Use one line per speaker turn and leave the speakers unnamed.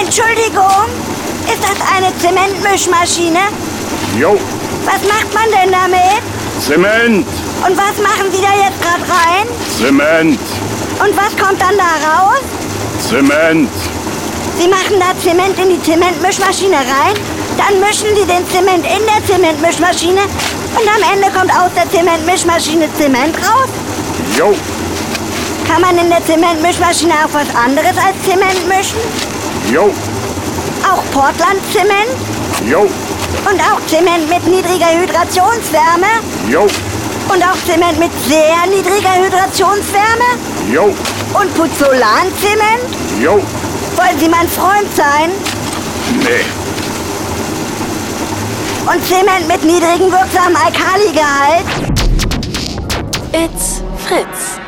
Entschuldigung, ist das eine Zementmischmaschine?
Jo,
Was macht man denn damit?
Zement,
Und was machen Sie da jetzt gerade rein?
Zement,
Und was kommt dann da raus?
Zement.
Sie machen da Zement in die Zementmischmaschine rein, dann mischen Sie den Zement in der Zementmischmaschine und am Ende kommt aus der Zementmischmaschine Zement raus.
Jo,
Kann man in der Zementmischmaschine auch was anderes als Zement mischen?
jo,
Auch Portlandzement
jo,
und auch Zement mit niedriger Hydrationswärme
jo,
und auch Zement mit sehr niedriger Hydrationswärme
jo,
und Puzolanzement.
jo.
Wollen Sie mein Freund sein?
Nee,
Und Zement mit niedrigem wirksamen Alkaligehalt?
It's Fritz.